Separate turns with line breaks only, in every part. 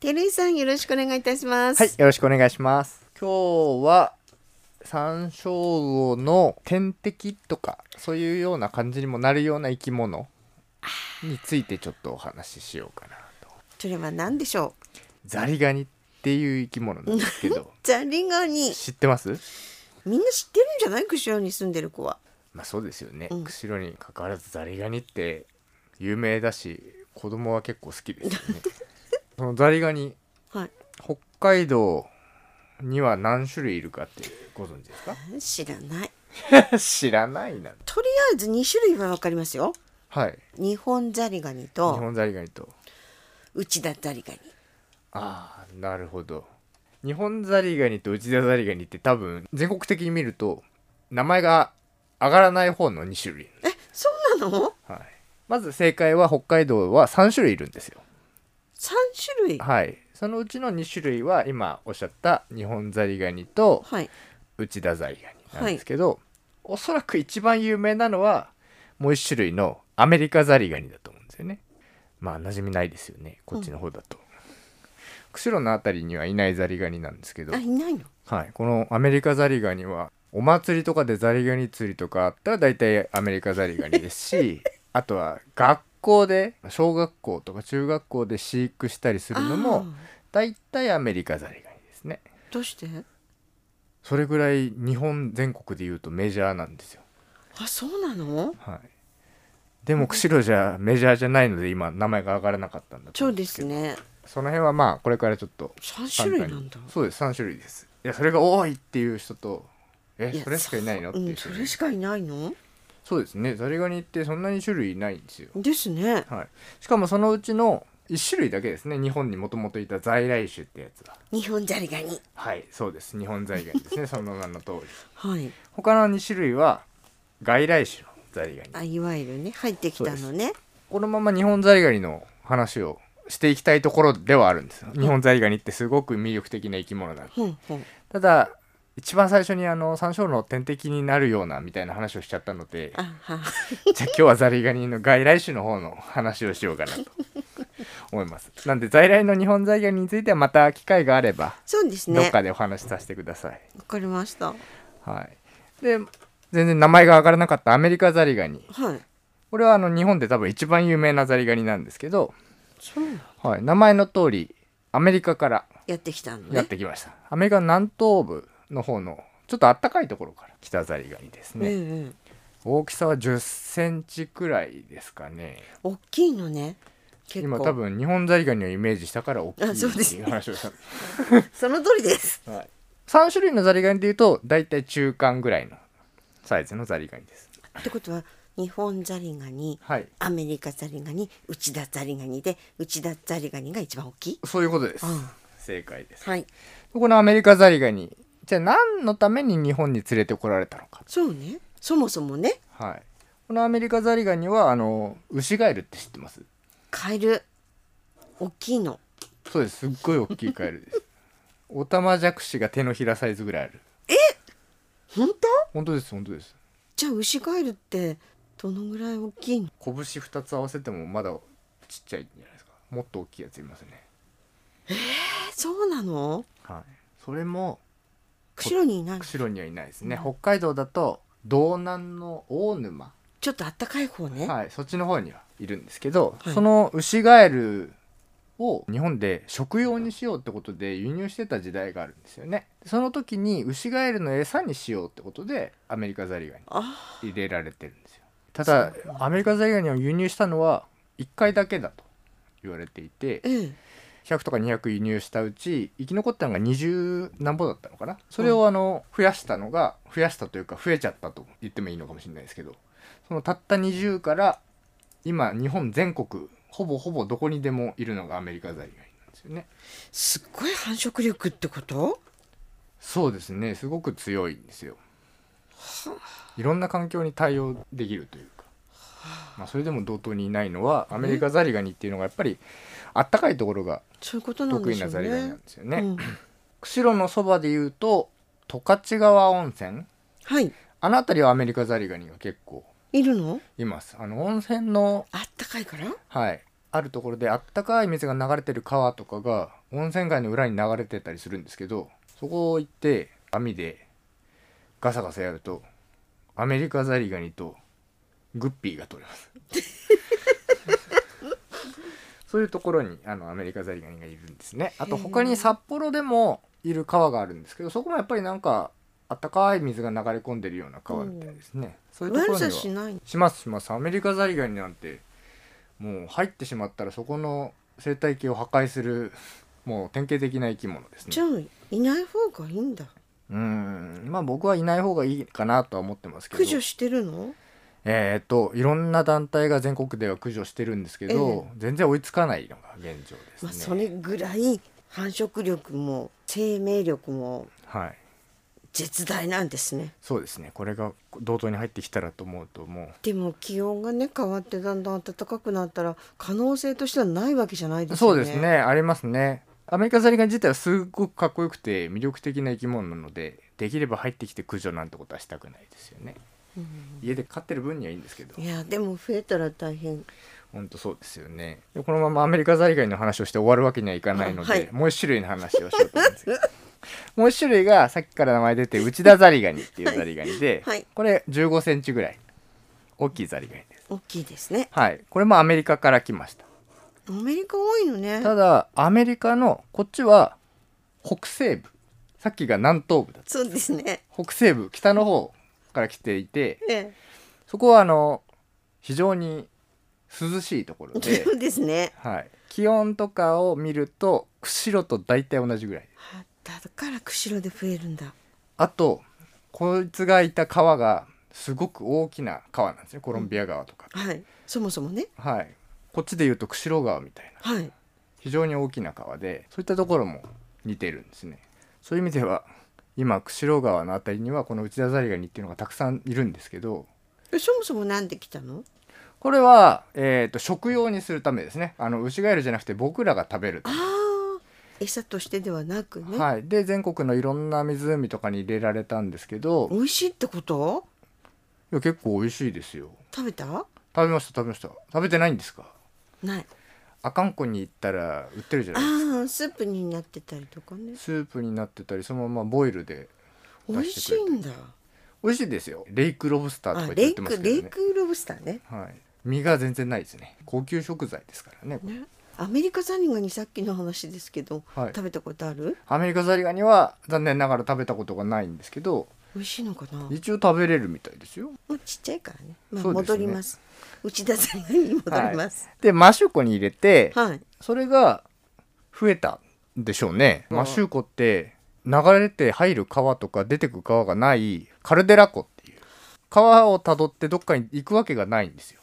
照井さんよろしくお願いいたします。
はい、よろしくお願いします。今日は山椒魚の天敵とかそういうような感じにもなるような生き物についてちょっとお話ししようかなと。
それは何でしょう。
ザリガニっていう生き物なんですけ ど
ザリガニ。
知ってます？
みんな知ってるんじゃない釧路に住んでる子は。
まあそうですよね。
うん
釧路に関わらずザリガニって有名だし、子供は結構好きですよね。 そのザリガニ
はい。
北海道には何種類いるかってご存知です か？
知らない。
知らないな。
とりあえず二種類はわかりますよ。
はい。
日本ザリガニ
日
と
本ザリガニと
内田ザリガニ。
ああなるほど日本ザリガニと内田ザリガニって多分全国的に見ると名前が上がらない方の2種類、
え、そうなの？
はい、まず正解は北海道は3種類いるんですよ
三種類。
はいそのうちの2種類は今おっしゃった日本ザリガニと
はい。
内田ザリガニなんですけど、おそらく一番有名なのはもう1種類のアメリカザリガニだと思うんですよねまあ馴染みないですよねこっちの方だと、釧路の辺りにはいないザリガニなんですけど
あ、いないの。
はい、このアメリカザリガニはお祭りとかでザリガニ釣りとかあったら大体アメリカザリガニですし あとは学校で小学校とか中学校で飼育したりするの
あ
も大体アメリカザリガニですね
ーどうして？
それぐらい日本全国でいうとメジャーなんですよ、
あ、そうなの？
はい、でも釧路じゃメジャーじゃないので今名前が上がらなかったんだと
そ
思
うんです
け
す
ど
ね。
その辺はまあこれからちょっと
三種
簡単に
類なんだ。
そうです3種類ですいやそれが多いっていう人とえ
いや
それしかいないのって
う、
いうん人
そ
もい
れ
る
しかいないの？
そうですねザリガニってそんなに種類ないんですよ、
ですね。
はい、しかもそのうちの1種類だけですね日本にもともといた在来種ってやつは
日本ザリガニ。
はいそうです日本ザリガニですねその名の通り
はい。
他の2種類は外来種のザリガニ
あ、いわゆるね、入ってきたのね。
このまま日本ザリガニの話をしていきたいところではあるんですよ日本ザリガニってすごく魅力的な生き物だ
ほんほん。
ただ一番最初にあの山椒の天敵になるようなみたいな話をしちゃった ので
あは。
じゃあ今日はザリガニの外来種の方の話をしようかなと思います。なんで在来の日本ザリガニについてはまた機会があれば
そうです
ど
ね。
っ
わ
かでお話しさせてください。
かりました。は
はい、で全然名前が上がらなかったアメリカザリガニ
い。
これはあの日本で多分一番有名なザリガニなんですけど、
そうなの
はい、名前の通りアメリカから
やってきたのね。
やってきました。アメリカの南東部の方のちょっとあったかいところから来たザリガニです
ね。
ね。
うんうん。
大きさは10センチくらいですかね。
大きいのね。結構。
今多分日本ザリガニをイメージしたから大きい
あそうです
っていう話をした、
その通りです。
はい、3種類のザリガニでいうと大体中間ぐらいのサイズのザリガニです
ってことは日本ザリガニ、
はい
アメリカザリガニ、内田ザリガニで内田ザリガニが一番大きい。
そういうことです、
うん
正解です
はい。
このアメリカザリガニじゃあ何のために日本に連れてこられたのか、
そうね。そもそもね、
はい、このアメリカザリガニはあのウシガエルって知ってます
カエル大きいの。
そうですすっごい大きいカエルです オタマジャクシが手のひらサイズぐらいある
本当？
本当です本当です
じゃあ牛ガエルってどのぐらい大きいの？
拳2つ合わせてもまだちっちゃいんじゃないですかもっと大きいやついますね
えそうなの？
はい、それも
釧路にいないの。
釧路にはいないですね、
うん
北海道だと道南の大沼、
ちょっと暖かい方ね。
はい、そっちの方にはいるんですけど、
はい
そのウシガエルを日本で食用にしようってことで輸入してた時代があるんですよねその時にウシガエルの餌にしようってことでアメリカザリガニ
あ
入れられてるんですよただアメリカザリガニを輸入したのは1回だけだと言われていて
ええ。
100とか200輸入したうち生き残ったのが20何本だったのかなそれをあの増やしたのが増やしたというか増えちゃったと言ってもいいのかもしれないですけどそのたった20から今日本全国ほぼほぼどこにでもいるのがアメリカザリガニなんですよね
すっごい繁殖力ってこと？
そうですねすごく強いんですよいろんな環境に対応できるというか、まあ、それでも同等にいないのはアメリカザリガニっていうのがやっぱりあったかいところが
そういうことなん
得
でし
意
ょ
な
う
ザ
ね。
リガニなんですよね、
うん
釧路のそばで言うと十勝川温泉
はい。
あの辺りはアメリカザリガニが結構
いるの？
いますあの温泉の
あったかいから？
はいあるところであったかい水が流れてる川とかが温泉街の裏に流れてたりするんですけどそこを行って網でガサガサやるとアメリカザリガニとグッピーが取れます そういうところにあのアメリカザリガニがいるんですねあと他に札幌でもいる川があるんですけどそこもやっぱりなんかあったかい水が流れ込んでるような川みたいですね、そういうところ
悪
に
さ
は
しない
しますしますアメリカザリガニなんてもう入ってしまったらそこの生態系を破壊する もう典型的な生き物です
じ
ね
ゃあいない方がいいんだ
うーんまあ僕はいない方がいいかなとは思ってますけど
駆除してるの
えっ、といろんな団体が全国では駆除してるんですけど、全然追いつかないのが現状ですね、
まあそれぐらい繁殖力も生命力も
はい
絶大なんですね
そうですねこれが同等に入ってきたらと思うともう
でも気温がね変わってだんだん暖かくなったら可能性としてはないわけじゃないです
そ
よ
う
ね
ですねありますねアメリカザリガニ自体はすごくかっこよくて魅力的な生き物なのでできれば入ってきて駆除なんてことはしたくないですよね
うん
家で飼ってる分にはいいんですけど
いやでも増えたら大変
ほんとそうですよねでこのままアメリカザリガニの話をして終わるわけにはいかないので、
はい
もう一種類の話をしようと思うんで すけどもう一種類がさっきから名前出て内田ザリガニっていうザリガニで、
はいはい
これ1 5センチぐらい大きいザリガニです
大きいですね
はいこれもアメリカから来ました
アメリカ多いのね
ただアメリカのこっちは北西部さっきが南東部だった
そうですね
北西部北の方から来ていて
え
そこはあの非常に涼しいところ
え
で
そ、うですね
はい、気温とかを見ると釧路と大体同じぐらい
あだから釧路で増えるんだ
あとこいつがいた川がすごく大きな川なんですねコロンビア川とか、
はいそもそもね
はいこっちで言うと釧路川みたいな
はい
非常に大きな川でそういったところも似てるんですねそういう意味では今釧路川の辺りにはこの内田ザリガニっていうのがたくさんいるんですけど
えそもそもなんで来たの
これは、えー、と食用にするためですねあの牛ガエルじゃなくて僕らが食べる
ああ餌としてではなくね、
はい、で全国のいろんな湖とかに入れられたんですけどい
美味しいってこと
や結構美味しいですよ
食べた
食べました食べました食べてないんですか
ない
阿寒湖に行ったら売ってるじゃ
あ
ないですか
ースープになってたりとかね
スープになってたりそのままボイルで
美味しいんだ
美味しいですよレイクロブスターとか
あ
言って
レ
売っ
イ
てます
ク
けどね
レイクロブスターね
はい、身が全然ないですね高級食材ですからね
ねアメリカザリガニさっきの話ですけど、
はい
食べたことある
アメリカザリガニは残念ながら食べたことがないんですけど
美味しいのかな
一応食べれるみたいですよ
もうちっちゃいからね、まあ、
そうです
戻
ね
ります内田ザリガニに戻ります
でマシュコに入れて、
はい、
それが増えたんでしょうね
うん
マシュコって流れて入る川とか出てく川がないカルデラ湖っていう川をたどってどっかに行くわけがないんですよ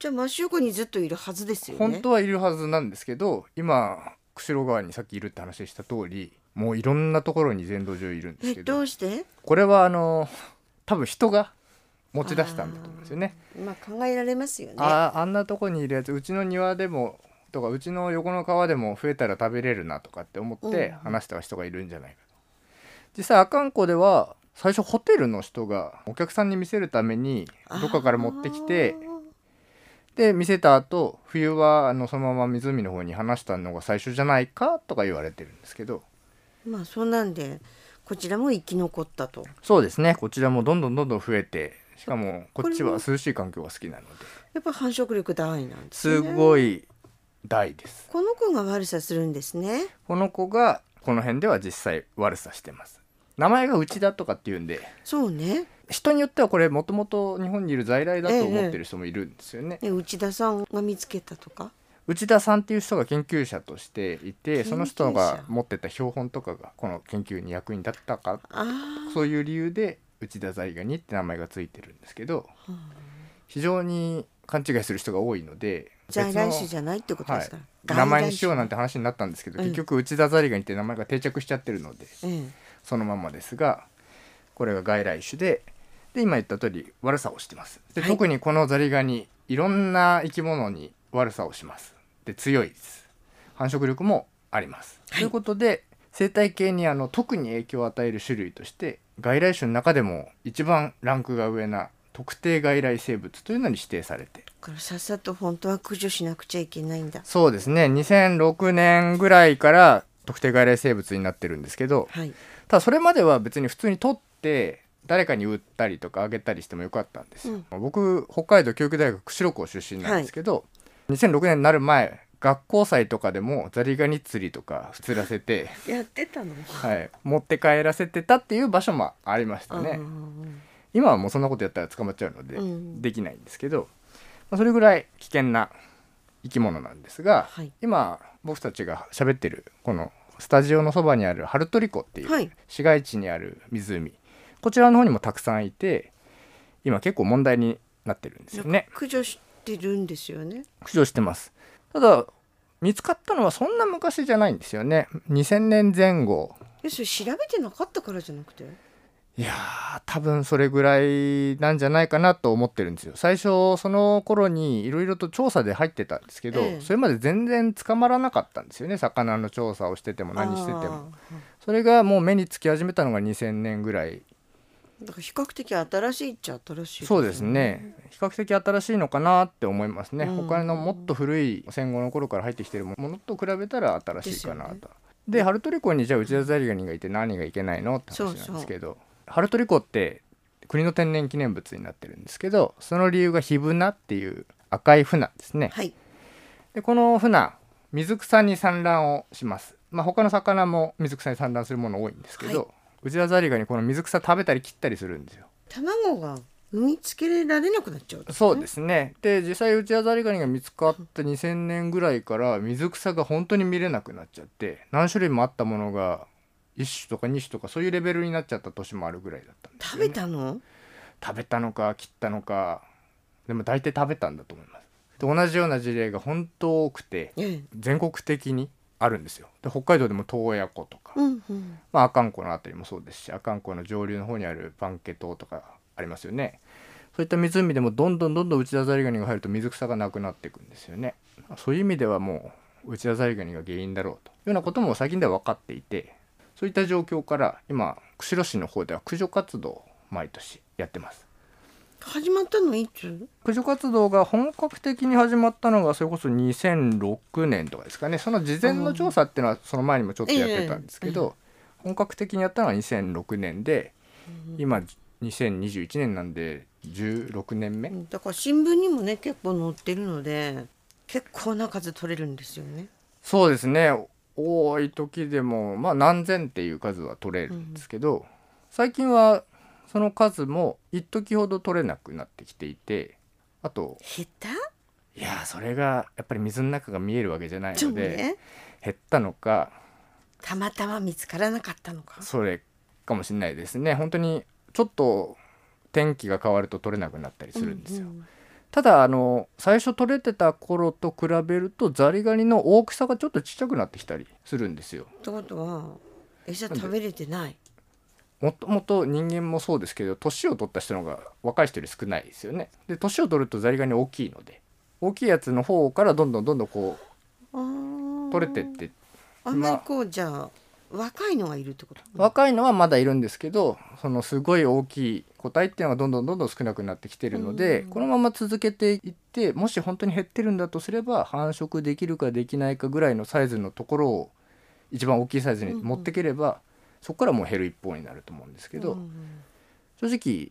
じゃあマシュコにずっといるはずですよね
本当はいるはずなんですけど今釧路川にさっきいるって話した通りもういろんなところに全土中いるんです
え
け
どうして
これはあの多分人が持ち出したんだと思うんですよね。
まあ考えられますよね
あああんなとこにいるやつうちの庭でもとかうちの横の川でも増えたら食べれるなとかって思っ
うん
て話した人がいるんじゃないかと。実際阿寒湖では最初ホテルの人がお客さんに見せるためにどっかから持ってきてで見せた後冬はあのそのまま湖の方に放したのが最初じゃないかとか言われてるんですけど
あーまあそんなんでこちらも生き残ったと
そうですねこちらもどんどんどんどん増えてしかもこっちは
こ
涼しい環境が好きなので
やっぱ繁殖力大なんですね
すごい大です。
この子が悪さするんですね
この子がこの辺では実際悪さしてます。名前が内田とかっていうんで
そうね
人によってはこれもともと日本にいる在来だと思ってる人もいるんですよね。
ね内田さんが見つけたとか
内田さんっていう人が研究者としてい
研究
て
者
その人が持ってた標本とかがこの研究に役に立ったか
あ
そういう理由で内田ザリガニって名前がついてるんですけど
あ
非常に勘違いする人が多いので
在来種
別の
じゃないってことですから、
はい、名前にしようなん
て、
て話になったんですけど、
うん
結局内田ザリガニって名前が定着しちゃってるので
ええ
そのまんまですがこれが外来種でで今言った通り悪さをしてますで、
はい
特にこのザリガニいろんな生き物に悪さをしますで強いです繁殖力もあります、
はい
ということで生態系にあの特に影響を与える種類として外来種の中でも一番ランクが上な特定外来生物というのに指定されて
からさっさと本当は駆除しなくちゃいけないんだ
そうですね2006年ぐらいから特定外来生物になってるんですけど
はい
ただそれまでは別に普通に取って誰かに売ったりとかあげたりしてもよかったんですよ、僕北海道教育大学釧路校出身なんですけど、2006年になる前学校祭とかでもザリガニ釣りとか釣らせて、
やってたの
はい、持って帰らせてたっていう場所もありましたね、今はもうそんなことやったら捕まっちゃうので、
うん
できないんですけど、まあ、それぐらい危険な生き物なんですが、
はい
今僕たちが喋ってるこのスタジオのそばにあるハルトリコっていう、
はい
市街地にある湖こちらの方にもたくさんいて今結構問題になってるんですよね
駆除してるんですよね
駆除してますただ見つかったのはそんな昔じゃないんですよね2000年前後
えそれ調べてなかったからじゃなくて
いやー多分それぐらいなんじゃないかなと思ってるんですよ最初その頃にいろいろと調査で入ってたんですけど、
ええ
それまで全然捕まらなかったんですよね魚の調査をしてても何してて
あ
もそれがもう目につき始めたのが2000年ぐらい
ーだから比較的新しいっちゃ新しい
そうですね比較的新しいのかなって思いますね、
うん
他のもっと古い戦後の頃から入ってきてるものと比べたら新しいかなと。
です
で,、ハルトリコにじゃあ内田ザリガニがいて何がいけないのって話なんですけどハルトリコって国の天然記念物になってるんですけどその理由がヒブナっていう赤い船ですね、
はい
でこの船水草に産卵をします、まあ、他の魚も水草に産卵するもの多いんですけど、
は
ウチダザリガニこの水草食べたり切ったりするんですよ
卵が産みつけられなくなっちゃうと
そうですねで実際ウチアザリガニが見つかった2000年ぐらいから水草が本当に見れなくなっちゃって何種類もあったものが1種とか2種とかそういうレベルになっちゃった年もあるぐらいだったんです
食
よね
べたの
食べたのか切ったのかでも大体食べたんだと思いますで同じような事例が本当多くて
ええ
全国的にあるんですよで北海道でも洞爺湖とか、
うんうん
まあ、阿寒湖の辺りもそうですし阿寒湖の上流の方にあるパンケ島とかありますよねそういった湖でもどんどんどんどんウチダザリガニが入ると水草がなくなっていくんですよねそういう意味ではもうウチダザリガニが原因だろうというようなことも最近では分かっていてそういった状況から今釧路市の方では駆除活動を毎年やってます
始まったのいつ
駆除活動が本格的に始まったのがそれこそ2006年とかですかねその事前の調査っていうのはその前にもちょっとやってたんですけど、本格的にやったのは2006年で今2021年なんで16年目、
だから新聞にもね結構載ってるので結構な数取れるんですよね
そうですね多い時でもまあ何千っていう数は取れるんですけど、最近はその数も一時ほど取れなくなってきていてあと
下
いやーそれがやっぱり水の中が見えるわけじゃない
手ちょっ
の
と
で。
ね
減ったのか
たまたま見つからなかったのか
それかもしれないですね本当にちょっと天気が変わると取れなくなったりするんですよ、
うう
ただあの最初取れてた頃と比べるとザリガニの大きさがちょっとちっちゃくなってきたりするんですよ
ってことは餌
なんで
食べれてない
もともと人間もそうですけど年を取った人の方が若い人より少ないですよねで年を取るとザリガニ大きいので大きいやつの方からどんどんどんどんこう取
取
れてって
あんまりこうじゃあ若いのがいるってこと
若いのはまだいるんですけどそのすごい大きい個体っていうのがどんどんどんどん少なくなってきてるので、
うん
このまま続けていってもし本当に減ってるんだとすれば繁殖できるかできないかぐらいのサイズのところを一番大きいサイズに持ってければ、そこからもう減る一方になると思うんですけど、
うんうん
正直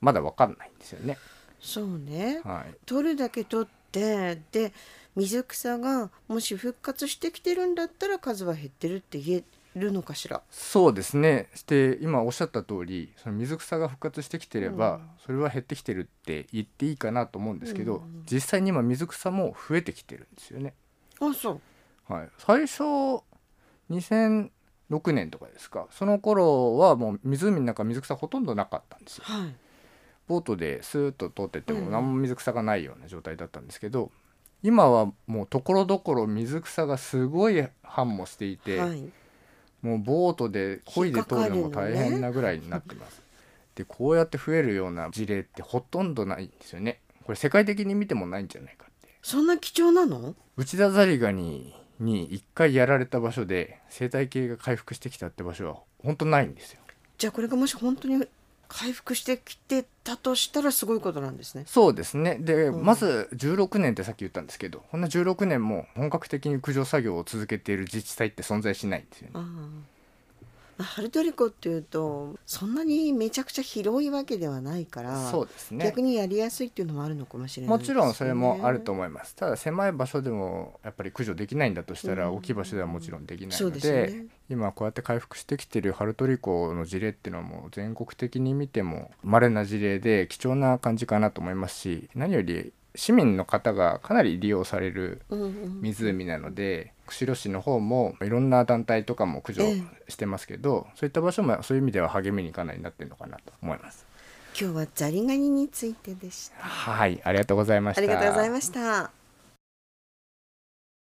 まだ分かんないんですよね。
そうね
はい、
取るだけ取ってで水草がもし復活してきてるんだったら数は減ってるって言えるのかしら
そうですねして今おっしゃった通りその水草が復活してきてれば、
うん
それは減ってきてるって言っていいかなと思うんですけど、
うん
実際に今水草も増えてきてるんですよね。
あそう
はい、最初2006年とかですかその頃はもう湖の中水草ほとんどなかったんですよ。
はい
ボートでスーッと通ってって
う
も
ん
何も水草がないような状態だったんですけど、今はもうところどころ水草がすごい繁茂していて。
はい
もうボートで漕いで通るのも大変なぐらいになってます。でこうやって増えるような事例ってほとんどないんですよね。これ世界的に見てもないんじゃないかって。
そんな貴重なの
ウチダザリガニに一回やられた場所で生態系が回復してきたって場所は本当ないんですよ。
じゃあこれがもし本当に回復してきてたとしたらすごいことなんですね。
そうですねで、
うん
まず16年ってさっき言ったんですけどこんな16年も本格的に駆除作業を続けている自治体って存在しないんですよね
ああハルトリコっていうとそんなにめちゃくちゃ広いわけではないから
そうですね
逆にやりやすいっていうのもあるのかもしれない
も
です
ち
ね、
ろんそれもあると思います、ただ狭い場所でもやっぱり駆除できないんだとしたら
うん
大きい場所ではもちろんできない
そ
の
う
で,、
ですよね
今こうやって回復してきてるハルトリコの事例っていうのはもう全国的に見ても稀な事例で貴重な感じかなと思いますし何より市民の方がかなり利用される
うんうん
湖なので釧路市の方もいろんな団体とかも駆除
え
してますけど、そういった場所もそういう意味では励みにかなりなってるのかなと思います。
今日はザリガニについてでした
はいありがとうございました
ありがとうございました